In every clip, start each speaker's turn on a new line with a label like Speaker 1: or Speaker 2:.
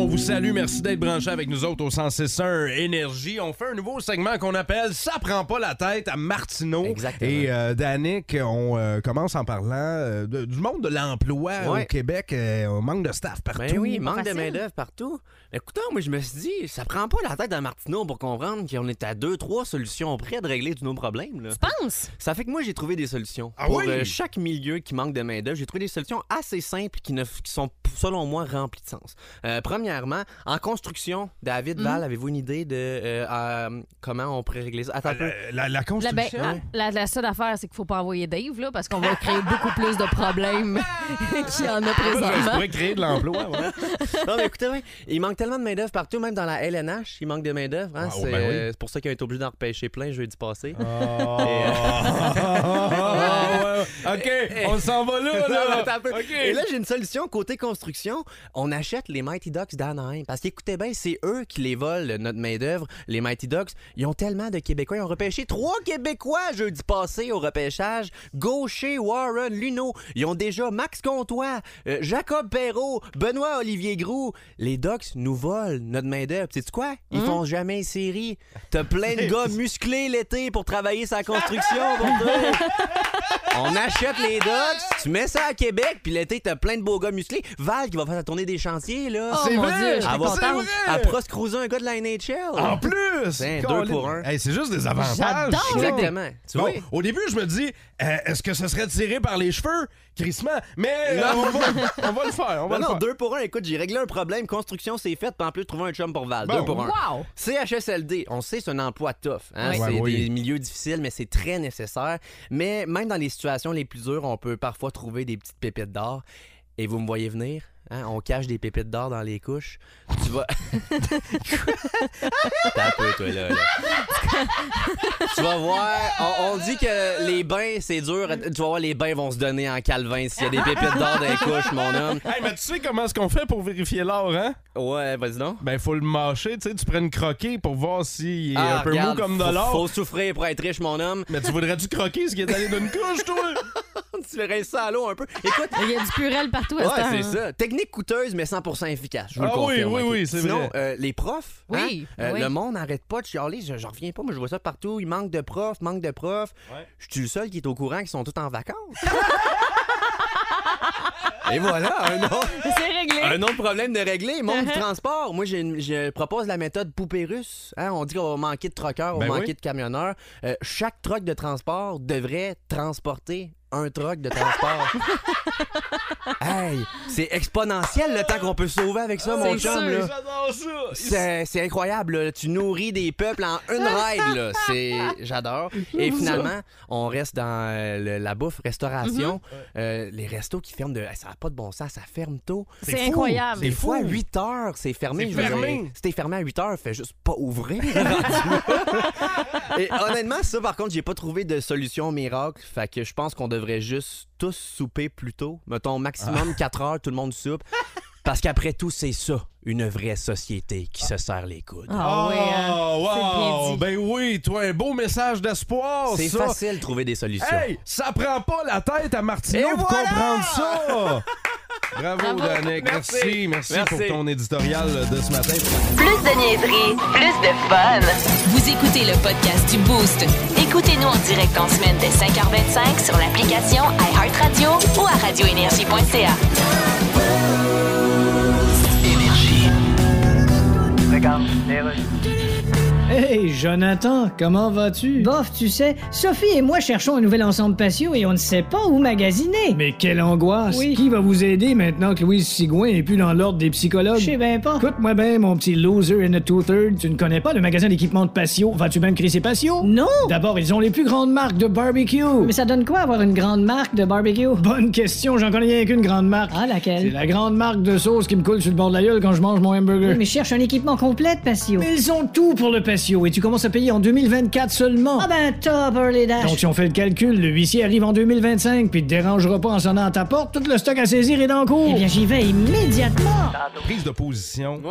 Speaker 1: On vous salue. Merci d'être branchés avec nous autres au 106.1 Énergie. On fait un nouveau segment qu'on appelle Ça prend pas la tête à Martineau.
Speaker 2: Exactement.
Speaker 1: Et euh, Danick, on euh, commence en parlant euh, de- du monde de l'emploi
Speaker 2: Ouais.
Speaker 1: au Québec. euh, on manque de staff partout.
Speaker 2: Ben oui, manque de
Speaker 3: facile.
Speaker 2: main-d'œuvre partout. Ben, Écoutez, moi, je me suis dit, ça prend pas la tête à Martineau pour comprendre qu'on est à deux, trois solutions près de régler tous nos problèmes. là.
Speaker 3: Pense.
Speaker 2: Ça fait que moi, j'ai trouvé des solutions.
Speaker 1: Ah
Speaker 2: pour
Speaker 1: oui?
Speaker 2: euh, chaque milieu qui manque de main-d'œuvre, j'ai trouvé des solutions assez simples qui, ne, qui sont, selon moi, remplies de sens. Euh, premièrement, en construction, David Val, avez-vous une idée de euh, euh, comment on pourrait régler ça? Attends un peu.
Speaker 1: Euh, La, la- la
Speaker 3: La, ben,
Speaker 1: construction.
Speaker 2: Ah,
Speaker 3: la, la seule affaire, c'est qu'il faut pas envoyer Dave, là, parce qu'on va créer beaucoup plus de problèmes qu'il y en a
Speaker 1: Ça
Speaker 3: présentement.
Speaker 1: pourrait créer de l'emploi. ouais.
Speaker 2: non, mais écoutez, oui, il manque tellement de main-d'œuvre partout, même dans la LNH, il manque de main-d'œuvre. hein,
Speaker 1: Ah, oh,
Speaker 2: c'est
Speaker 1: ben oui.
Speaker 2: euh, c'est pour ça qu'ils ont été obligés d'en repêcher plein jeudi passé. euh,
Speaker 1: Ah, ouais, ouais. OK, on s'en va là.
Speaker 2: Non, mais
Speaker 1: là.
Speaker 2: attends un peu.
Speaker 1: OK.
Speaker 2: Et là, j'ai une solution côté construction. On achète les Mighty Ducks d'Anaheim. Parce qu'écoutez bien, c'est eux qui les volent, notre main-d'œuvre. Les Mighty Ducks, ils ont tellement de Québécois. Ils ont repêché trois Québécois jeudi passé au repêchage. Gaucher, Warren, Luno. Ils ont déjà Max Comtois, euh, Jacob Perrault, Benoît Olivier Groux. Les Ducks nous volent notre main-d'œuvre. Sais-tu quoi? Ils font jamais série. T'as plein de gars musclés l'été pour travailler sa construction, pour dire. On achète les dogs, tu mets ça à Québec, puis l'été, t'as plein de beaux gars musclés. Val qui va faire la tournée des chantiers, là.
Speaker 3: Oh mon Dieu, je suis
Speaker 2: Elle va
Speaker 3: contente.
Speaker 1: Ah, vrai!
Speaker 2: elle pourra se cruiser un gars de la NHL.
Speaker 1: En plus!
Speaker 2: C'est un
Speaker 1: Colin.
Speaker 2: Ah. Ben, deux pour un.
Speaker 1: Hey, c'est juste des avantages.
Speaker 3: J'adore!
Speaker 1: ça.
Speaker 2: Exactement. Tu
Speaker 1: Bon,
Speaker 2: vois?
Speaker 1: au début, je me dis, euh, est-ce que ce serait tiré par les cheveux, crissement? Mais euh, on, va, on va le faire, on va le
Speaker 2: Non, non,
Speaker 1: faire.
Speaker 2: deux pour un, écoute, j'ai réglé un problème, construction c'est fait, puis en plus trouver un chum pour Val.
Speaker 1: Bon.
Speaker 2: Deux pour un.
Speaker 3: Wow!
Speaker 2: CHSLD, on sait, c'est un emploi tough. hein.
Speaker 1: Oui.
Speaker 2: C'est
Speaker 1: Ouais, oui.
Speaker 2: des milieux difficiles, mais c'est très nécessaire. Mais même dans les situations les plus dures, on peut parfois trouver des petites pépites d'or. Et vous me voyez venir? hein, on cache des pépites d'or dans les couches. Tu vas. T'as un peu, toi, là, là. tu vas voir. On, on dit que les bains, c'est dur. Tu vas voir, les bains vont se donner en calvin s'il y a des pépites d'or dans les couches, mon homme.
Speaker 1: Hey, mais tu sais comment est-ce qu'on fait pour vérifier l'or, hein?
Speaker 2: Ouais, vas-y donc.
Speaker 1: Ben, faut le mâcher, tu sais, tu prends une croquée pour voir s'il est un peu
Speaker 2: Ah, regarde,
Speaker 1: mou comme de
Speaker 2: faut-
Speaker 1: l'or.
Speaker 2: Faut souffrir pour être riche, mon homme.
Speaker 1: Mais tu voudrais-tu croquer ce qui est allé d'une couche, toi?
Speaker 2: tu verrais ça à l'eau un peu. Écoute.
Speaker 3: Il y a du purel partout à
Speaker 2: Ouais,
Speaker 3: ce temps,
Speaker 2: c'est
Speaker 3: hein.
Speaker 2: ça. Technique coûteuse, mais 100% efficace. Je vous
Speaker 1: Ah
Speaker 2: le
Speaker 1: oui,
Speaker 2: confirme.
Speaker 1: oui,
Speaker 2: ok?
Speaker 1: oui, c'est
Speaker 2: Sinon,
Speaker 1: vrai.
Speaker 2: euh, les profs, hein,
Speaker 3: Oui,
Speaker 2: euh,
Speaker 3: oui.
Speaker 2: le monde n'arrête pas de chialer. Je- J'en reviens pas, mais je vois ça partout. Il manque de profs, manque de profs.
Speaker 1: Ouais.
Speaker 2: Je suis le seul qui est au courant qu'ils sont tous en vacances. Et voilà, un autre,
Speaker 3: C'est réglé.
Speaker 2: un autre problème de régler. Monde
Speaker 3: Uh-huh.
Speaker 2: du transport. Moi, j'ai une- je propose la méthode poupée russe. hein. on dit qu'on va manquer de troqueurs, on va
Speaker 1: Ben
Speaker 2: manquer
Speaker 1: oui.
Speaker 2: de camionneurs. Euh, chaque truck de transport devrait transporter un truck de transport. hey, c'est exponentiel le temps qu'on peut sauver avec ça, mon
Speaker 3: C'est
Speaker 2: chum.
Speaker 3: sûr.
Speaker 2: là.
Speaker 1: J'adore ça!
Speaker 2: C'est c'est incroyable, là. tu nourris des peuples en une ride, là. C'est j'adore. Et finalement, on reste dans euh, le- la bouffe, restauration,
Speaker 3: Mhm.
Speaker 2: Euh, les restos qui ferment de ça n'a pas de bon sens, ça ferme tôt.
Speaker 3: C'est C'est fou. incroyable.
Speaker 2: Des
Speaker 3: C'est
Speaker 2: fois 8 heures, c'est fermé,
Speaker 1: C'est
Speaker 2: je veux
Speaker 1: fermé.
Speaker 2: dire. Si t'es fermé à 8 heures, fais juste pas ouvrir. Et honnêtement, ça par contre, j'ai pas trouvé de solution miracle, fait que je pense qu'on devrait juste tous souper plus tôt, mettons
Speaker 3: Ah.
Speaker 2: maximum 4 heures, tout le monde soupe. Parce qu'après tout, c'est ça, une vraie société qui se serre les coudes.
Speaker 3: Ah oui, hein.
Speaker 1: Oh, wow!
Speaker 3: C'est bien
Speaker 1: Ben
Speaker 3: dit.
Speaker 1: oui, toi, un beau message d'espoir,
Speaker 2: C'est
Speaker 1: ça.
Speaker 2: facile de trouver des solutions.
Speaker 1: Hey, ça prend pas la tête à Martineau
Speaker 2: Et
Speaker 1: pour
Speaker 2: voilà!
Speaker 1: comprendre ça. Bravo, Danick.
Speaker 2: Merci.
Speaker 1: Merci. merci,
Speaker 2: Merci.
Speaker 1: pour ton éditorial de ce matin.
Speaker 4: Plus de niaiserie, plus de fun. Vous écoutez le podcast du Boost. Écoutez-nous en direct en semaine dès 5h25 sur l'application iHeartRadio ou à radioénergie.ca.
Speaker 5: Hey, Jonathan, comment vas-tu?
Speaker 6: Bof, tu sais, Sophie et moi cherchons un nouvel ensemble patio et on ne sait pas où magasiner.
Speaker 5: Mais quelle angoisse!
Speaker 6: Oui.
Speaker 5: Qui va vous aider maintenant que Louise Sigouin est plus dans l'ordre des psychologues?
Speaker 6: Je sais bien Eh ben, pas.
Speaker 5: Écoute-moi bien, mon petit loser in the two-thirds, tu ne connais pas le magasin d'équipement de patio. Vas-tu même créer ses patios?
Speaker 6: Non!
Speaker 5: D'abord, ils ont les plus grandes marques de barbecue.
Speaker 6: Mais ça donne quoi avoir une grande marque de barbecue?
Speaker 5: Bonne question, j'en connais rien qu'une grande marque. Bah,
Speaker 6: Ah,
Speaker 5: C'est
Speaker 6: laquelle?
Speaker 5: la grande marque de sauce qui me coule sur le bord de la gueule quand je mange mon hamburger.
Speaker 6: Mais je cherche un équipement complet de patio.
Speaker 5: Mais ils ont tout pour le patio. patio et tu commences à payer en 2024 seulement.
Speaker 6: Ah ben, top, Early Dash.
Speaker 5: Donc, si on fait le calcul, le huissier arrive en 2025 puis te dérangera pas en sonnant à ta porte, tout le stock à saisir est en
Speaker 6: Eh
Speaker 5: cours.
Speaker 6: bien, j'y vais immédiatement.
Speaker 5: Ah.
Speaker 1: Prise de position.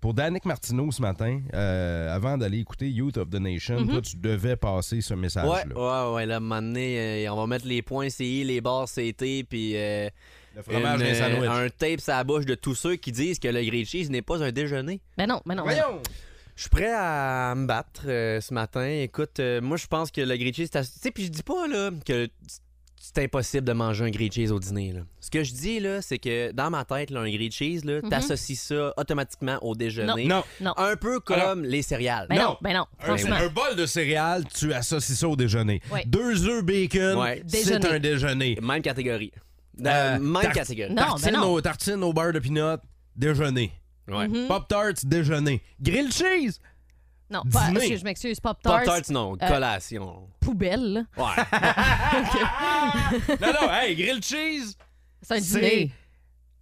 Speaker 1: Pour Danick Martineau ce matin, euh, avant d'aller écouter Youth of the Nation, toi, tu devais passer ce
Speaker 2: Ouais,
Speaker 1: message-là.
Speaker 2: ouais, ouais, là, à un moment donné, euh, on va mettre les points CI, les barres CT, puis euh,
Speaker 1: Le fromage
Speaker 2: une,
Speaker 1: des
Speaker 2: euh,
Speaker 1: sandwichs.
Speaker 2: un tape sur la bouche de tous ceux qui disent que le grilled cheese n'est pas un déjeuner.
Speaker 3: Ben non, ben non. ben non.
Speaker 1: Voyons!
Speaker 2: Je suis prêt à me battre euh, ce matin. Écoute, euh, moi, je pense que le grilled cheese... c'est assez- Tu sais, puis je dis pas, là, que c'est impossible de manger un grilled cheese au dîner, là. Ce que je dis, là, c'est que dans ma tête, là, un grilled cheese, là, t'associes ça automatiquement au déjeuner.
Speaker 1: Non.
Speaker 3: Non.
Speaker 2: Un peu comme
Speaker 1: Alors-
Speaker 2: les céréales.
Speaker 3: Ben non,
Speaker 1: Non.
Speaker 3: ben non,
Speaker 1: Un,
Speaker 3: franchement.
Speaker 1: un bol de céréales, tu associes ça au déjeuner.
Speaker 3: Ouais.
Speaker 1: Deux œufs bacon,
Speaker 2: Ouais.
Speaker 1: c'est
Speaker 3: Déjeuner.
Speaker 1: un déjeuner.
Speaker 2: Même catégorie. Euh,
Speaker 1: Euh,
Speaker 2: même
Speaker 1: tarte-
Speaker 2: catégorie.
Speaker 3: Non, ben
Speaker 1: tartine,
Speaker 3: non.
Speaker 1: Au, tartine au beurre de peanut, déjeuner.
Speaker 2: Ouais.
Speaker 3: Mm-hmm.
Speaker 1: Pop-Tarts, déjeuner. Grilled cheese!
Speaker 3: Non, pas,
Speaker 1: Dîner.
Speaker 3: excuse, je m'excuse, Pop
Speaker 2: Pas
Speaker 3: Tarts,
Speaker 2: tarte, non. Collation.
Speaker 3: poubelle, là.
Speaker 2: Ouais.
Speaker 1: Ah, non, non, hey, grilled cheese!
Speaker 3: c'est un
Speaker 1: C'est-
Speaker 3: dîner.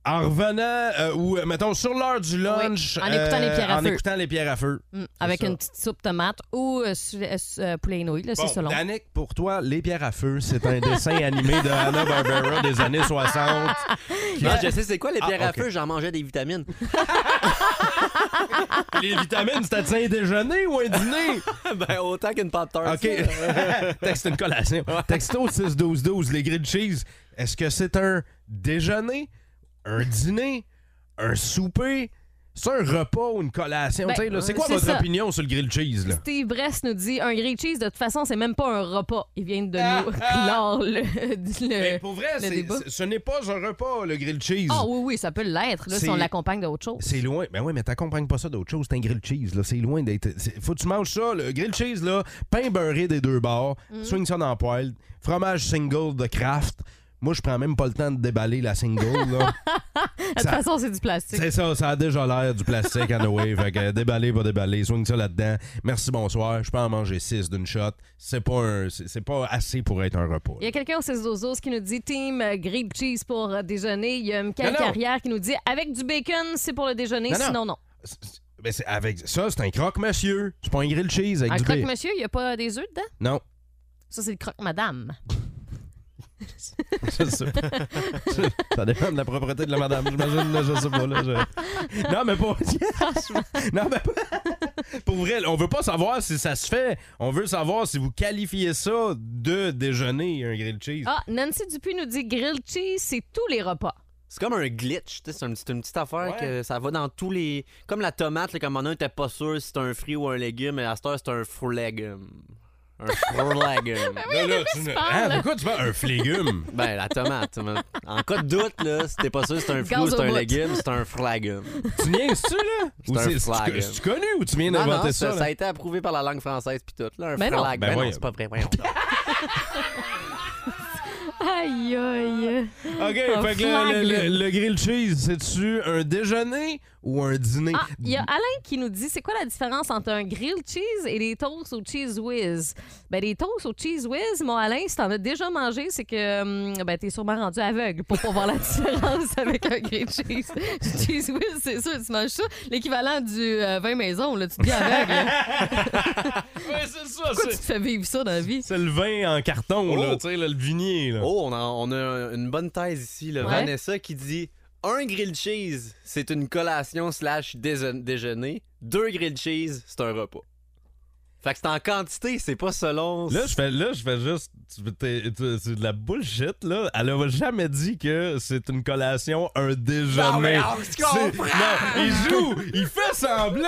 Speaker 1: En revenant, euh, ou euh, mettons sur l'heure du lunch, euh,
Speaker 3: en écoutant les pierres à
Speaker 1: en
Speaker 3: feu.
Speaker 1: écoutant les pierres à feu.
Speaker 3: Mm, avec
Speaker 1: ça.
Speaker 3: une petite soupe tomate ou euh, su- euh, su- euh, poulet et nouilles, là,
Speaker 1: Bon,
Speaker 3: c'est selon.
Speaker 1: Danick, pour toi, Les Pierres à Feu, c'est un dessin animé de Hanna-Barbera des années 60.
Speaker 2: Non, je sais c'est quoi les
Speaker 1: Ah,
Speaker 2: pierres à
Speaker 1: ok.
Speaker 2: feu, j'en mangeais des vitamines.
Speaker 1: Les vitamines, c'était un déjeuner ou un dîner?
Speaker 2: ben autant qu'une pop tart.
Speaker 1: OK. Texte une collation. Texto 6-12-12, les grilled cheese. Est-ce que c'est un déjeuner, un dîner, un souper? C'est un repas ou une collation?
Speaker 3: Ben,
Speaker 1: Tu sais, là, c'est
Speaker 3: euh,
Speaker 1: quoi
Speaker 3: c'est
Speaker 1: votre
Speaker 3: ça.
Speaker 1: opinion sur le grilled cheese? Là?
Speaker 3: Steve Bress nous dit un grilled cheese, de toute façon, c'est même pas un repas. Ils viennent de nous clore le. le-
Speaker 1: Ah, Mais Ben, pour vrai,
Speaker 3: Euh, le
Speaker 1: c'est-
Speaker 3: débat.
Speaker 1: c'est- ce n'est pas un repas, le grilled cheese.
Speaker 3: Ah oui, oui, ça peut l'être, là,
Speaker 1: C'est-
Speaker 3: si on l'accompagne d'autre chose.
Speaker 1: C'est loin. Ben oui, mais t'accompagnes pas ça d'autre chose. C'est un grilled cheese, là. C'est loin d'être. c'est- Faut que tu manges ça, le grilled cheese, là. Pain beurré des deux bords.
Speaker 3: Mm.
Speaker 1: Swing ça dans la poêle. Fromage single de Kraft. Moi, je prends même pas le temps de déballer la single, là.
Speaker 3: De toute
Speaker 1: ça-
Speaker 3: façon, c'est du plastique.
Speaker 1: C'est ça, ça a déjà l'air du plastique à Noé. Fait que euh, déballer, pas déballer. Swing ça là-dedans. Merci, bonsoir. Je peux en manger six d'une shot. C'est pas, un- c'est c'est pas assez pour être un repas.
Speaker 3: Il y a quelqu'un au 16 qui nous dit Team euh, grilled cheese pour euh, déjeuner. Il y a
Speaker 1: Non,
Speaker 3: Michael
Speaker 1: non.
Speaker 3: Carrière qui nous dit Avec du bacon, c'est pour le déjeuner,
Speaker 1: Non, non.
Speaker 3: sinon non.
Speaker 1: C'est- c'est- ben, c'est avec ça, c'est un croque-monsieur. C'est pas un grilled cheese avec
Speaker 3: Un
Speaker 1: du bacon.
Speaker 3: croque-monsieur, il n'y a pas des œufs dedans
Speaker 1: Non.
Speaker 3: Ça, c'est le croque-madame.
Speaker 1: Je sais pas. ça dépend de la propreté de la madame, j'imagine. là, Je sais pas. Là, je- Non, mais pour... non, mais pour vrai, on veut pas savoir si ça se fait. On veut savoir si vous qualifiez ça de déjeuner, un grilled cheese.
Speaker 3: Ah, Nancy Dupuis nous dit Grilled cheese, c'est tous les repas.
Speaker 2: C'est comme un glitch, tu sais, c'est un petit- une petite affaire
Speaker 1: Ouais.
Speaker 2: que ça va dans tous les. Comme la tomate, là, comme on a, t'es pas sûr si c'est un fruit ou un légume, mais à cette heure, c'est un fruit légume. Un fruit légume.
Speaker 1: Là, là, tu...
Speaker 3: parle,
Speaker 1: Hein,
Speaker 3: là?
Speaker 1: de quoi tu parles? Un flégume.
Speaker 2: ben, la tomate. man. En cas de doute, là, si t'es pas sûr si c'est un fruit
Speaker 3: Gaz
Speaker 2: ou c'est
Speaker 3: au
Speaker 2: un
Speaker 3: bout.
Speaker 2: légume, c'est un fruit légume.
Speaker 1: tu niaises-tu, là?
Speaker 2: C'est
Speaker 1: Ou
Speaker 2: un flag.
Speaker 1: tu- tu connu ou tu viens
Speaker 2: Non,
Speaker 1: d'inventer ça?
Speaker 2: non, ça,
Speaker 1: là?
Speaker 2: ça a été approuvé par la langue française, puis tout. Là, un
Speaker 3: Ben
Speaker 2: fruit
Speaker 3: non.
Speaker 2: légume.
Speaker 1: Ben
Speaker 2: Ben non,
Speaker 1: voyons.
Speaker 2: c'est pas vrai. voyons.
Speaker 3: Aïe, aïe.
Speaker 1: OK,
Speaker 3: Un
Speaker 1: fait que le, le-
Speaker 3: flag.
Speaker 1: le- le grilled cheese, c'est-tu un déjeuner ou un dîner?
Speaker 3: Ah, il y a Alain qui nous dit c'est quoi la différence entre un grilled cheese et des toasts au cheese whiz Ben des toasts au cheese whiz, mon Alain, si t'en as déjà mangé, c'est que hum, ben t'es sûrement rendu aveugle pour pas voir la différence avec un grilled cheese. Du cheese whiz, c'est sûr tu manges ça, l'équivalent du euh, vin maison là, tu deviens aveugle. là.
Speaker 1: Ouais, c'est ça,
Speaker 3: Pourquoi tu te fais vivre ça dans la vie
Speaker 1: C'est le vin en carton, là,
Speaker 2: Oh.
Speaker 1: tu sais, là, le vignier. Là.
Speaker 2: Oh, on a, on a une bonne thèse ici. Là.
Speaker 3: Ouais.
Speaker 2: Vanessa qui dit un grilled cheese, c'est une collation slash déje- déjeuner. Deux grilled cheese, c'est un repas. Fait que c'est en quantité, c'est pas selon.
Speaker 1: Là, je fais, là, je fais juste. tu- t'es- tu- C'est de la bullshit, là. Elle a jamais dit que c'est une collation, un
Speaker 2: Non, mais
Speaker 1: déjeuner.
Speaker 2: on se
Speaker 1: C'est-
Speaker 2: comprend!
Speaker 1: non, il joue, il fait semblant,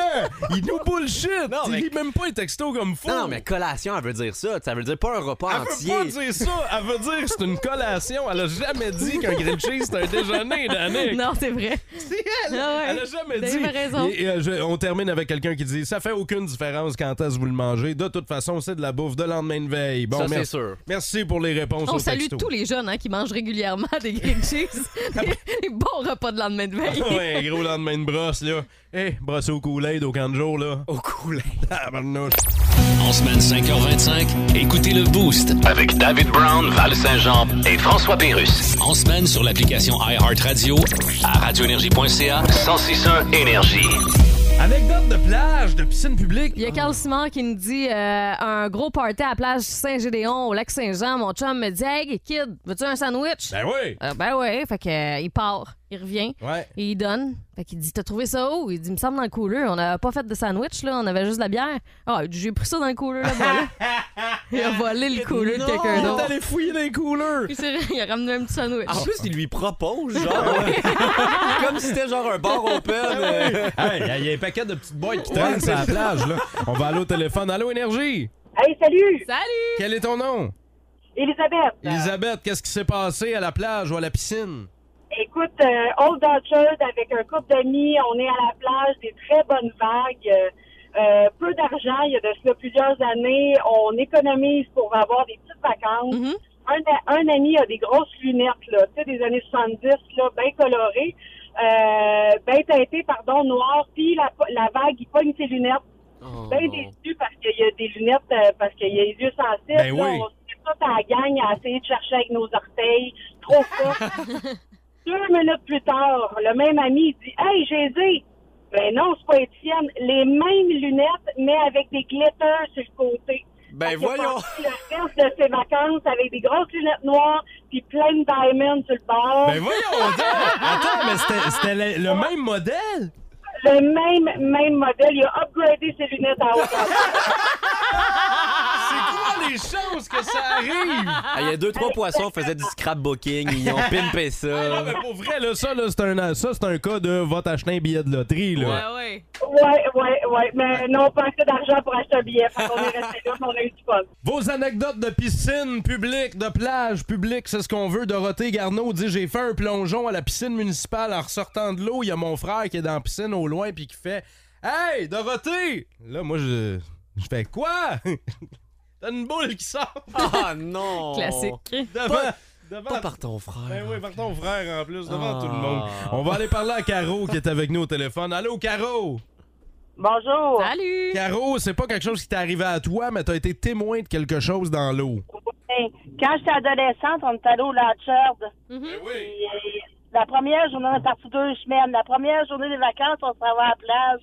Speaker 1: il nous bullshit.
Speaker 2: Non,
Speaker 1: Il
Speaker 2: mais-
Speaker 1: lit même pas les textos comme fou.
Speaker 2: Non, non, mais collation, elle veut dire ça. Ça veut dire pas un repas
Speaker 1: Elle veut
Speaker 2: entier.
Speaker 1: pas dire ça, elle veut dire que c'est une collation. Elle a jamais dit qu'un grilled cheese c'est un déjeuner, Danick.
Speaker 3: Non, c'est vrai.
Speaker 1: C'est elle.
Speaker 3: Ah ouais.
Speaker 1: Elle a jamais
Speaker 3: T'as
Speaker 1: dit.
Speaker 3: eu raison.
Speaker 1: Et, et, euh, je- on termine avec quelqu'un qui dit ça fait aucune différence quand est-ce que vous le mangez. De toute façon, c'est de la bouffe de lendemain de veille. Bon,
Speaker 2: ça, c'est
Speaker 1: merci.
Speaker 2: sûr.
Speaker 1: Merci pour les réponses
Speaker 3: On
Speaker 1: au
Speaker 3: salue
Speaker 1: texto. Ah
Speaker 3: tous les jeunes hein, qui mangent régulièrement des grilled cheese, des, des bons repas de lendemain de veille.
Speaker 1: ouais, gros lendemain de brosse, là. Hé, brosse au Kool-Aid au camp de jour, là.
Speaker 2: Au cool.
Speaker 1: Tabarnouche.
Speaker 7: En semaine 5h25, écoutez le Boost.
Speaker 8: Avec David Brown, Val Saint-Jean et François Pérus.
Speaker 7: En semaine sur l'application iHeartRadio à radioénergie.ca.
Speaker 8: CA 1061 Énergie.
Speaker 1: Anecdote de plage, de piscine publique.
Speaker 3: Il y a Carl Simard qui nous dit euh, un gros party à la plage Saint-Gédéon, au lac Saint-Jean. Mon chum me dit Hey, kid, veux-tu un sandwich?
Speaker 1: Ben oui.
Speaker 3: Euh, ben ouais, fait que euh, il part, il revient,
Speaker 1: Ouais.
Speaker 3: et il donne. Fait qu'il dit t'as trouvé ça où Il dit me semble dans le cooler, on n'avait pas fait de sandwich là, on avait juste de la bière. Ah, il dit, j'ai pris ça dans le cooler là, voilà. Il a volé le cooler de quelqu'un
Speaker 1: On est
Speaker 3: d'autre. Ah.
Speaker 1: allé fouiller les coolers.
Speaker 3: Il s'est- il a ramené un petit sandwich.
Speaker 1: Ah.
Speaker 2: En plus, il lui propose, genre, comme si c'était genre un bar open. euh,
Speaker 1: Ah Hey, il y a un paquet de petites boîtes qui traînent sur la plage, là. On va aller au téléphone. Allô, Énergie?
Speaker 9: Hey, salut!
Speaker 3: Salut!
Speaker 1: Quel est ton nom?
Speaker 9: Elisabeth!
Speaker 1: Elisabeth, qu'est-ce qui s'est passé à la plage ou à la piscine?
Speaker 9: Écoute, euh, Old Orchard avec un couple d'amis, on est à la plage, des très bonnes vagues, euh, euh, peu d'argent, il y a de cela plusieurs années, on économise pour avoir des petites vacances. un, a- un ami a des grosses lunettes, là, tu sais, des années 70, là, bien colorées, euh, bien teintées, pardon, noires, puis la, la vague, il pogne ses lunettes,
Speaker 2: Oh.
Speaker 9: bien déçu parce qu'il y a des lunettes, euh, parce qu'il y a les yeux sensibles,
Speaker 1: Ben
Speaker 9: là,
Speaker 1: oui.
Speaker 9: on se fait toute la gang à essayer de chercher avec nos orteils, trop fort. Deux minutes plus tard, le même ami dit Hey, Jésus! Ben non, c'est pas Étienne. Les mêmes lunettes, mais avec des glitters sur le côté.
Speaker 2: Ben
Speaker 9: Fait qu'il a
Speaker 2: voyons.
Speaker 9: passé Le reste de ses vacances avec des grosses lunettes noires puis plein de diamonds sur le bord.
Speaker 1: Ben voyons donc! Attends, mais c'était- c'était le, le même modèle?
Speaker 9: Le même, même modèle. Il a upgradé ses lunettes à haute
Speaker 1: C'est quoi les choses que ça arrive?
Speaker 2: Ah, Il y a deux, trois poissons qui faisaient du scrapbooking, ils ont pimpé
Speaker 1: Ah,
Speaker 2: ça.
Speaker 1: ben pour vrai, là, ça, là, c'est un, ça, c'est un cas de va t'acheter un billet de loterie, là.
Speaker 3: Ah ouais.
Speaker 9: Ouais, ouais, ouais. Mais non, pas assez d'argent pour acheter un billet. Fait qu'on est resté là puis on a eu du fun.
Speaker 1: Vos anecdotes de piscine publique, de plage publique, c'est ce qu'on veut. Dorothée Garneau dit J'ai fait un plongeon à la piscine municipale en ressortant de l'eau. Il y a mon frère qui est dans la piscine au loin puis qui fait Hey, Dorothée Là, moi, je, je fais Quoi T'as une boule qui sort
Speaker 2: Ah non!
Speaker 3: Classique.
Speaker 1: devant.
Speaker 2: Pas-
Speaker 1: devant
Speaker 2: Pas par ton frère.
Speaker 1: Ben oui, par ton frère en plus, devant
Speaker 2: Ah.
Speaker 1: tout le monde. On va aller parler à Caro qui est avec nous au téléphone. Allô, Caro
Speaker 9: Bonjour.
Speaker 3: Salut!
Speaker 1: Caro, c'est pas quelque chose qui t'est arrivé à toi, mais t'as été témoin de quelque chose dans l'eau.
Speaker 9: Hey, Quand j'étais adolescente, on était allé au Latchard. Puis, euh, La première journée, on est parti deux semaines. La première journée des vacances, on s'en va à la plage.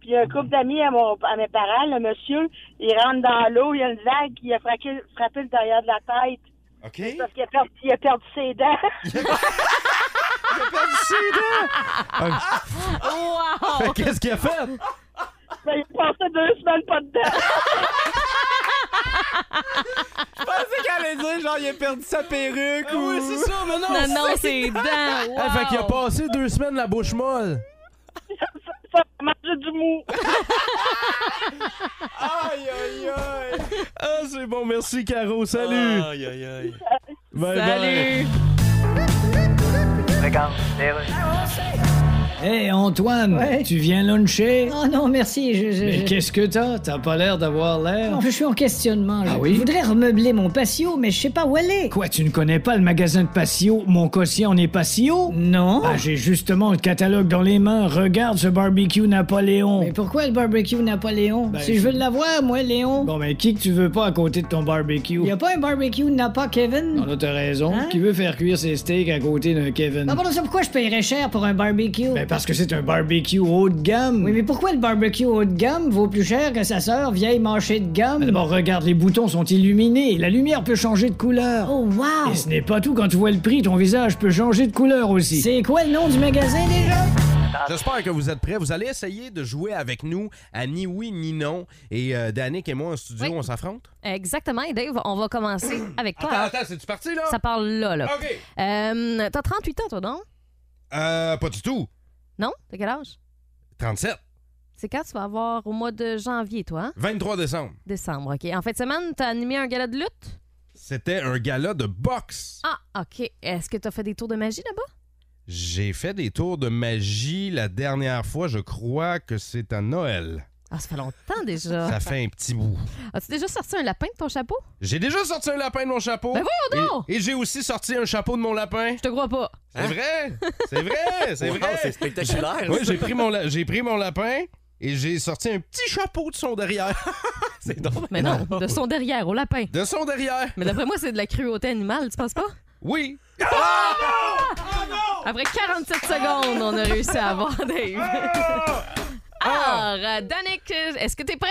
Speaker 9: Puis un couple d'amis à, mon, à mes parents, le monsieur, il rentre dans l'eau, il y a une vague qui a frappé, frappé le derrière de la tête
Speaker 1: OK.
Speaker 9: parce qu'il a, perdu- il a perdu ses dents.
Speaker 3: Wow!
Speaker 1: Qu'est-ce qu'il a fait?
Speaker 9: Ben, il a passé deux semaines pas de dents.
Speaker 2: C'est qu'elle allait dire, genre, il a perdu sa perruque ou.
Speaker 1: Oui, Ah c'est ça, mais non!
Speaker 3: Non, non, c'est dents! Wow.
Speaker 1: Ah, fait qu'il a passé deux semaines la bouche molle.
Speaker 9: Ça, ça a mangé du mou.
Speaker 2: Aïe, aïe, aïe!
Speaker 1: Ah, c'est bon, merci Caro, salut!
Speaker 2: Aïe, aïe, aïe.
Speaker 1: Bye bye.
Speaker 3: Salut!
Speaker 5: Hé, Eh, Antoine,
Speaker 6: Ouais?
Speaker 5: tu viens luncher?
Speaker 6: Oh non, merci, je... je-
Speaker 5: Mais
Speaker 6: je-
Speaker 5: qu'est-ce que t'as? T'as pas l'air d'avoir l'air.
Speaker 6: En plus, je suis en questionnement. Je
Speaker 5: Ah oui?
Speaker 6: je voudrais remeubler mon patio, mais je sais pas où aller.
Speaker 5: Quoi, tu ne connais pas le magasin de patio? Mon quotient est patio?
Speaker 6: Non.
Speaker 5: Ah, j'ai justement le catalogue dans les mains. Regarde ce barbecue Napoléon.
Speaker 6: Mais pourquoi le barbecue Napoléon?
Speaker 5: Ben,
Speaker 6: si je veux l'avoir, moi, Léon.
Speaker 5: Bon, mais qui que tu veux pas à côté de ton barbecue?
Speaker 6: Y a pas un barbecue Napa Kevin?
Speaker 5: Non, là, t'as raison.
Speaker 6: Hein?
Speaker 5: Qui veut faire cuire ses steaks à côté d'un Kevin?
Speaker 6: Ah bon, ça, pourquoi je paierais cher pour un barbecue?
Speaker 5: Ben, parce que c'est un barbecue haut de gamme.
Speaker 6: Oui, mais pourquoi le barbecue haut de gamme vaut plus cher que sa sœur vieille manchée de
Speaker 5: Mais
Speaker 6: gomme?
Speaker 5: Ah, D'abord, regarde, les boutons sont illuminés. La lumière peut changer de couleur.
Speaker 6: Oh, wow!
Speaker 5: Et ce n'est pas tout. Quand tu vois le prix, ton visage peut changer de couleur aussi.
Speaker 6: C'est quoi le nom du magasin déjà?
Speaker 1: J'espère que vous êtes prêts. Vous allez essayer de jouer avec nous à ni oui ni non. Et euh, Danick et moi en studio,
Speaker 3: Oui.
Speaker 1: on s'affronte.
Speaker 3: Exactement, et Dave, on va commencer avec toi.
Speaker 1: Attends, attends, c'est-tu parti là?
Speaker 3: Ça parle là, là.
Speaker 1: OK.
Speaker 3: Euh, T'as 38 ans, toi, non?
Speaker 1: Euh, pas du tout.
Speaker 3: Non? T'as quel âge?
Speaker 1: 37.
Speaker 3: C'est quand tu vas avoir au mois de janvier, toi? hein?
Speaker 1: 23 décembre.
Speaker 3: Décembre, OK. En fin de semaine, t'as animé un gala de lutte?
Speaker 1: C'était un gala de boxe.
Speaker 3: Ah, OK. Est-ce que t'as fait des tours de magie là-bas?
Speaker 1: J'ai fait des tours de magie la dernière fois. Je crois que c'est à Noël.
Speaker 3: Ah, ça fait longtemps déjà.
Speaker 1: Ça fait un petit bout.
Speaker 3: As-tu déjà sorti un lapin de ton chapeau?
Speaker 1: J'ai déjà sorti un lapin de mon chapeau.
Speaker 3: Ben voyons donc!
Speaker 1: Et, et j'ai aussi sorti un chapeau de mon lapin.
Speaker 3: Je te crois pas.
Speaker 1: C'est vrai! C'est vrai! C'est
Speaker 2: Wow,
Speaker 1: vrai!
Speaker 2: C'est spectaculaire.
Speaker 1: Oui,
Speaker 2: ça.
Speaker 1: j'ai pris, mon la- j'ai pris mon lapin et j'ai sorti un petit chapeau de son derrière.
Speaker 2: C'est drôle.
Speaker 3: Mais non, de son derrière au lapin.
Speaker 1: De son derrière!
Speaker 3: Mais d'après moi, c'est de la cruauté animale, tu penses pas?
Speaker 1: Oui!
Speaker 3: Après 47 secondes, on a réussi à avoir Dave. Alors, euh, Danick, euh, est-ce que t'es prêt?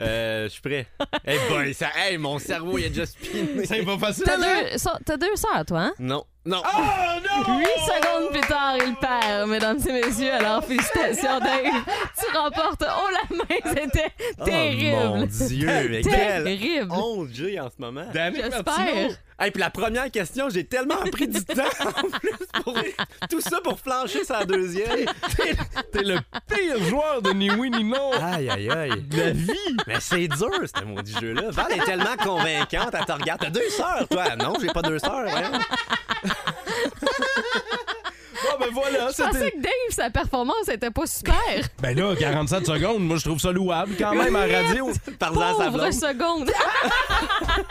Speaker 2: Euh, je suis prêt. hey boy, ça. Hey, mon cerveau, il a déjà spiné.
Speaker 1: C'est pas facile.
Speaker 3: T'as deux, so- t'as deux sœurs, toi, hein?
Speaker 2: Non, non.
Speaker 1: Oh non!
Speaker 3: Huit secondes plus tard, il perd, mesdames et messieurs. Alors, félicitations, Dave. Tu remportes haut la main. C'était
Speaker 2: Oh, Mon
Speaker 3: terrible.
Speaker 2: Dieu, mais Oh, quelle
Speaker 3: terrible.
Speaker 2: honte j'ai en ce moment.
Speaker 1: Danick Martineau.
Speaker 3: J'espère.
Speaker 2: Hey, puis la première question, j'ai tellement pris du temps en plus pour tout ça pour flancher sa deuxième.
Speaker 1: T'es le pire joueur de ni oui ni non
Speaker 2: Aïe, aïe, aïe.
Speaker 1: de la vie.
Speaker 2: Mais c'est dur, ce maudit jeu-là. Val est tellement convaincante. Elle te regarde. T'as deux sœurs, toi. Non, j'ai pas deux sœurs. hein.
Speaker 1: Bon, ben voilà,
Speaker 3: Je pensais
Speaker 1: c'était.
Speaker 3: que Dave, sa performance était pas super.
Speaker 1: Ben là, 47 secondes, moi je trouve ça louable quand même à la radio.
Speaker 2: Parle-en à sa
Speaker 3: Pauvre
Speaker 2: blonde.
Speaker 3: seconde.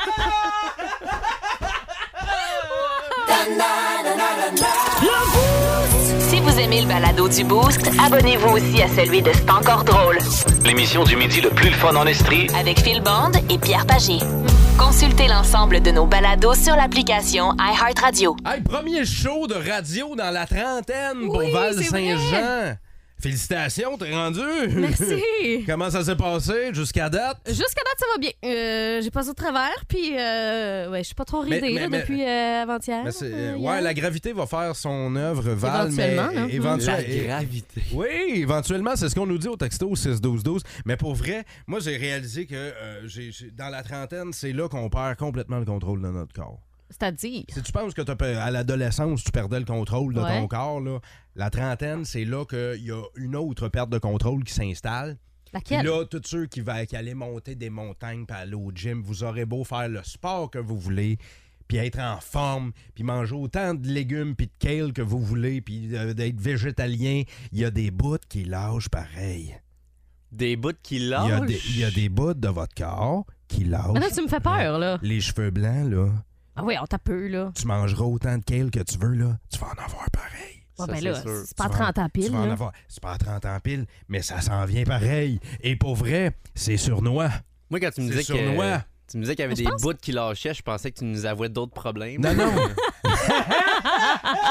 Speaker 3: Ah,
Speaker 4: Si vous aimez le balado du Boost, abonnez-vous aussi à celui de C'est encore drôle
Speaker 8: L'émission du midi le plus le fun en Estrie.
Speaker 4: avec Phil Bond et Pierre Pagé. Consultez l'ensemble de nos balados sur l'application iHeartRadio.
Speaker 1: Hey, premier show de radio dans la trentaine pour
Speaker 3: Oui,
Speaker 1: Val
Speaker 3: c'est
Speaker 1: Saint-Jean. Félicitations, t'es rendu.
Speaker 3: Merci.
Speaker 1: Comment ça s'est passé jusqu'à date?
Speaker 3: Jusqu'à date, ça va bien. Euh, j'ai passé au travers, puis euh, ouais, je suis pas trop
Speaker 1: Mais-
Speaker 3: ridée
Speaker 1: mais-
Speaker 3: là,
Speaker 1: mais-
Speaker 3: depuis euh, avant-hier.
Speaker 1: Mais c'est-
Speaker 3: euh,
Speaker 1: ouais,
Speaker 3: hier.
Speaker 1: la gravité va faire son œuvre, Val,
Speaker 3: Éventuellement, hein.
Speaker 1: mais éventuellement.
Speaker 2: gravité.
Speaker 1: Oui, éventuellement, c'est ce qu'on nous dit au texto au 6-12-12. Mais pour vrai, moi, j'ai réalisé que euh, j'ai- j'ai- dans la trentaine, c'est là qu'on perd complètement le contrôle de notre corps.
Speaker 3: C'est-à-dire.
Speaker 1: Si tu penses que t'as pe- à l'adolescence, tu perdais le contrôle de
Speaker 3: Ouais.
Speaker 1: ton corps, là, la trentaine, c'est là qu'il y a une autre perte de contrôle qui s'installe. Puis
Speaker 3: Laquelle?
Speaker 1: là, tous ceux qui, va, qui allaient monter des montagnes puis aller au gym, vous aurez beau faire le sport que vous voulez, puis être en forme, puis manger autant de légumes puis de kale que vous voulez, puis euh, d'être végétalien, il y a des bouts qui lâchent pareil.
Speaker 2: Des bouts qui
Speaker 1: Il y a
Speaker 2: lâchent.
Speaker 1: des- il y, a des bouts de votre corps qui lâchent.
Speaker 3: Maintenant, Ah, tu me fais peur, là.
Speaker 1: Les cheveux blancs, là,
Speaker 3: Ah oui, on t'a peu, là.
Speaker 1: tu mangeras autant de kale que tu veux, là, tu vas en avoir pareil.
Speaker 2: Ça,
Speaker 3: Ouais, ben
Speaker 2: c'est
Speaker 3: là,
Speaker 2: sûr.
Speaker 3: c'est pas à
Speaker 1: Tu vas en-
Speaker 3: 30 à
Speaker 1: Tu
Speaker 3: pile.
Speaker 1: vas en
Speaker 3: là.
Speaker 1: avoir- C'est pas à 30 ans pile, mais ça s'en vient pareil. Et pour vrai, c'est surnois.
Speaker 2: Moi, quand tu me
Speaker 1: C'est
Speaker 2: disais que.
Speaker 1: sournois.
Speaker 2: Tu me disais qu'il y avait des bouts qui lâchaient, je pensais que tu nous avouais d'autres problèmes.
Speaker 1: Non, non.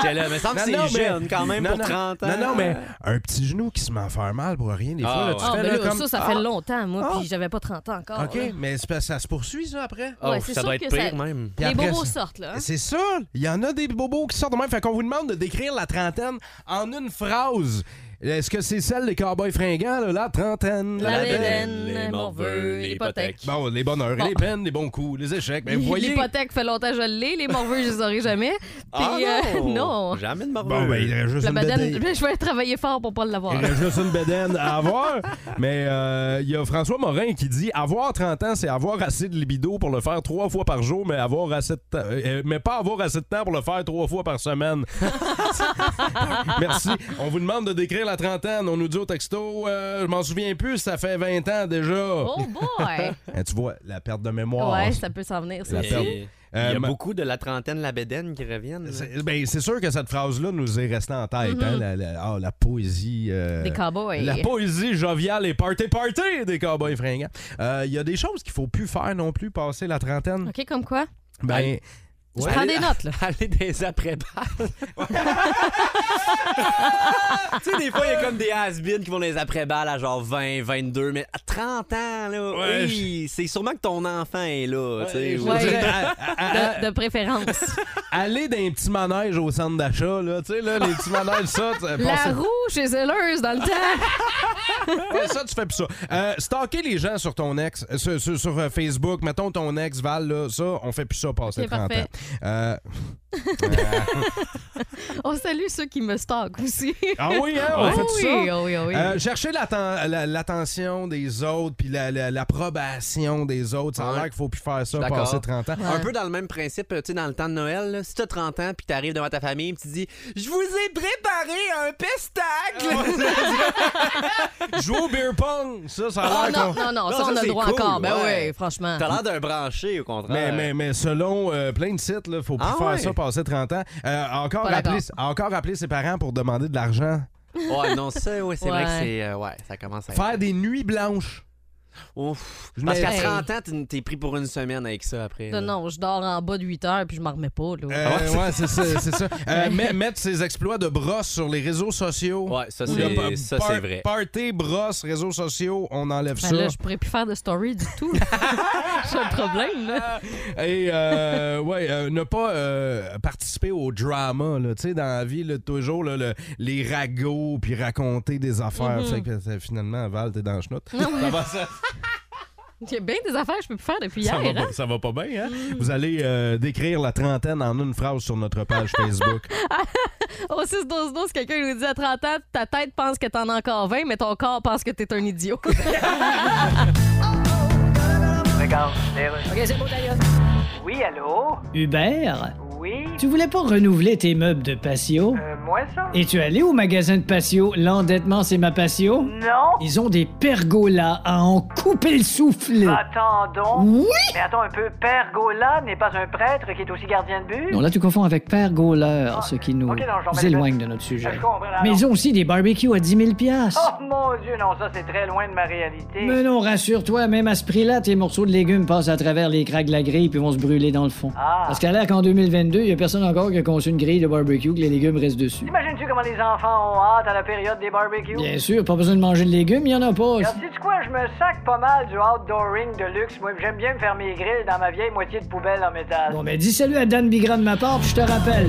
Speaker 2: J'étais là, mais ça me semble que c'est jeune quand même
Speaker 1: non,
Speaker 2: pour
Speaker 1: non.
Speaker 2: 30 ans.
Speaker 1: Non, non, mais un petit genou qui se met à faire mal pour rien. Des fois,
Speaker 2: Ah,
Speaker 1: là, tu
Speaker 3: Ah,
Speaker 1: fais
Speaker 3: ben
Speaker 1: là,
Speaker 3: là,
Speaker 1: comme... Ah!
Speaker 3: ça, ça fait longtemps, moi, puis j'avais pas 30 ans encore.
Speaker 1: OK,
Speaker 3: là.
Speaker 1: mais c'est parce que ça se poursuit, ça, après?
Speaker 2: Oh,
Speaker 3: Ouais, c'est
Speaker 2: ça
Speaker 3: sûr
Speaker 2: doit être
Speaker 3: que ça-
Speaker 2: pire même.
Speaker 1: Puis
Speaker 3: Les
Speaker 1: après,
Speaker 3: bobos
Speaker 1: ça-
Speaker 3: sortent, là. hein?
Speaker 1: C'est ça. Il y en a des bobos qui sortent de même. Fait qu'on vous demande de décrire la trentaine en une phrase. Est-ce que c'est celle des cowboys fringants, là, la trentaine,
Speaker 3: La
Speaker 1: bedaine?
Speaker 3: bédaine, mon vœu, l'hypothèque.
Speaker 1: Bon, les bonheurs,
Speaker 3: Bon.
Speaker 1: les peines, les bons coups, les échecs. Mais vous voyez.
Speaker 3: L'hypothèque fait longtemps que je l'ai, les morveux, je les aurai jamais. Puis,
Speaker 2: Ah
Speaker 3: euh, non.
Speaker 2: Jamais de morveux.
Speaker 1: Bon, ben, il reste juste
Speaker 3: La
Speaker 1: une
Speaker 3: bédaine,
Speaker 1: bédaine.
Speaker 3: je vais travailler fort pour pas l'avoir.
Speaker 1: Il reste juste une bédaine à avoir. Mais euh, il y a François Morin qui dit Avoir 30 ans, c'est avoir assez de libido pour le faire trois fois par jour, mais, avoir assez de temps- euh, euh, mais pas avoir assez de temps pour le faire trois fois par semaine. Merci. On vous demande de décrire la trentaine. On nous dit au texto euh, Je m'en souviens plus, ça fait 20 ans déjà.
Speaker 3: Oh boy!
Speaker 1: Hein, tu vois, la perte de mémoire.
Speaker 3: Ouais, ça peut s'en venir,
Speaker 1: La
Speaker 3: c'est
Speaker 2: Et-
Speaker 1: perte.
Speaker 3: sûr.
Speaker 1: Euh,
Speaker 2: Il y a
Speaker 1: ma-
Speaker 2: beaucoup de la trentaine, la bédaine qui reviennent. là.
Speaker 1: C'est ben, c'est sûr que cette phrase-là nous est restée en tête. hein, la, la- ah, la poésie. euh,
Speaker 3: Mm-hmm. Des cowboys.
Speaker 1: La poésie joviale et party party des cowboys fringants. Euh, Il y a des choses qu'il faut plus faire non plus, passer la trentaine.
Speaker 3: OK, comme quoi?
Speaker 1: Ben,
Speaker 3: Je
Speaker 2: Ouais.
Speaker 3: prends des notes, là.
Speaker 2: Aller des après-balles. tu sais, des fois, il y a comme des has qui vont dans les après-balles à genre 20, 22, mais à 30 ans, là,
Speaker 1: Ouais,
Speaker 2: oui, c'est sûrement que ton enfant est là, tu sais.
Speaker 1: je
Speaker 3: Ouais.
Speaker 1: dirais, à- à- à-
Speaker 3: De, de préférence.
Speaker 1: aller dans un petit manège au centre d'achat, là, tu sais, là, les petits manèges, ça, tu-
Speaker 3: La
Speaker 1: passer-
Speaker 3: roue chez Zellers dans le temps.
Speaker 1: Ouais, ça, tu fais plus ça. Euh, stalker les gens sur ton ex, euh, sur, sur- sur, euh, Facebook, mettons ton ex, Val, là, ça, on fait plus ça passer
Speaker 3: Ok,
Speaker 1: 30
Speaker 3: parfait.
Speaker 1: ans. Euh,
Speaker 3: On salue ceux qui me stalkent aussi.
Speaker 1: ah oui, hein, on fait
Speaker 3: Oh
Speaker 1: tout
Speaker 3: oui,
Speaker 1: ça.
Speaker 3: oh oui, oh oui.
Speaker 1: Euh, chercher l'atten- la- l'attention des autres, puis la- la- l'approbation des autres, ça a
Speaker 2: Ouais.
Speaker 1: l'air qu'il faut plus faire ça
Speaker 2: Je suis
Speaker 1: passer
Speaker 2: d'accord.
Speaker 1: 30 ans.
Speaker 3: Ouais.
Speaker 2: Un peu dans le même principe, euh, tu sais, dans le temps de Noël, là, si t'as 30 ans puis t'arrives devant ta famille et tu dis « Je vous ai préparé un
Speaker 1: Ah,
Speaker 2: pestacle!
Speaker 1: Jouer au beer pong, ça, ça
Speaker 3: Oh
Speaker 1: a l'air
Speaker 3: non,
Speaker 1: qu'on...
Speaker 3: non, non,
Speaker 2: Ah, Non,
Speaker 3: ça,
Speaker 2: ça,
Speaker 3: on a
Speaker 2: c'est
Speaker 3: le droit
Speaker 2: cool,
Speaker 3: encore. Ben
Speaker 2: ouais.
Speaker 3: oui, franchement.
Speaker 2: T'as l'air d'un branché, au
Speaker 1: Mais,
Speaker 2: contraire.
Speaker 1: mais, mais selon euh, plein de sites, il faut plus
Speaker 2: Ah
Speaker 1: faire
Speaker 2: ouais.
Speaker 1: ça passer 30 ans. Euh, encore,
Speaker 3: Pas
Speaker 1: appeler, encore appeler ses parents pour demander de l'argent.
Speaker 2: Ouais, non, ça, ouais, c'est vrai que
Speaker 3: Ouais.
Speaker 2: c'est... euh, ouais, ça commence à être...
Speaker 1: Faire des nuits blanches.
Speaker 2: Ouf. Parce qu'à
Speaker 3: Hey.
Speaker 2: 30 ans, t'es- t'es pris pour une semaine avec ça après.
Speaker 3: Non,
Speaker 2: là.
Speaker 3: non, je dors en bas de 8 heures puis je m'en remets pas. Là.
Speaker 1: Euh,
Speaker 2: Ah
Speaker 1: ouais, c'est ça. c'est ça. Euh, met- mettre ses exploits de brosse sur les réseaux sociaux.
Speaker 2: Ouais, ça,
Speaker 1: Ou le pa-
Speaker 2: c'est ça, c'est
Speaker 1: par-
Speaker 2: vrai.
Speaker 1: Party, brosse, réseaux sociaux, on enlève
Speaker 3: Ben
Speaker 1: ça.
Speaker 3: là, je pourrais plus faire de story du tout. C'est un problème, là.
Speaker 1: Et euh, ouais, euh, ne pas euh, participer au drama, là, tu sais, dans la vie, là, toujours là, le- les ragots, puis raconter des affaires. Fait que, euh, finalement, Val, t'es dans le chenoute. Ça va, ça,
Speaker 3: Il y a bien des affaires que je peux plus faire depuis
Speaker 1: ça
Speaker 3: hier.
Speaker 1: va pas, ça va pas bien, hein? Vous allez euh, décrire la trentaine en une phrase sur notre page Facebook.
Speaker 3: hein. Au 6 12 12 quelqu'un nous dit à 30 ans, ta tête pense que t'en as encore 20, mais ton corps pense que t'es un idiot.
Speaker 9: Oui, allô?
Speaker 5: Hubert,
Speaker 9: Oui, Euh,
Speaker 5: tu voulais pas renouveler tes meubles de patio?
Speaker 9: moi ça?
Speaker 5: Et tu es allé au magasin de patio L'endettement, c'est ma patio?
Speaker 9: Non?
Speaker 5: Ils ont des pergolas à en couper le souffle!
Speaker 9: Attendons.
Speaker 5: Oui!
Speaker 9: Mais attends un peu, Pergola n'est pas un prêtre qui est aussi gardien de but?
Speaker 5: Non, là, tu confonds avec pergoleur, ce qui nous
Speaker 9: Ah, ok, non, je remets les
Speaker 5: éloigne de notre sujet.
Speaker 9: Ah, Je comprends, alors.
Speaker 5: Mais ils ont aussi des barbecues à 10 000 piastres.
Speaker 9: Oh mon Dieu, non, ça c'est très loin de ma réalité.
Speaker 5: Mais non, rassure-toi, même à ce prix-là, tes morceaux de légumes passent à travers les craques de la grille puis vont se brûler dans le fond.
Speaker 9: Ah.
Speaker 5: Parce qu'à l'air qu'en 2022, il y a personne encore qui a conçu une grille de barbecue que les légumes restent dessus.
Speaker 9: Imagines-tu comment les enfants ont hâte à la période des barbecues?
Speaker 5: Bien sûr, pas besoin de manger de légumes, il y en a pas.
Speaker 9: Alors, sais-tu quoi? Je me sac pas mal du outdooring de luxe. Moi, j'aime bien me faire mes grilles dans ma vieille moitié de poubelle en métal.
Speaker 5: Bon, ben dis salut à Dan Bigra de ma part, puis je te rappelle.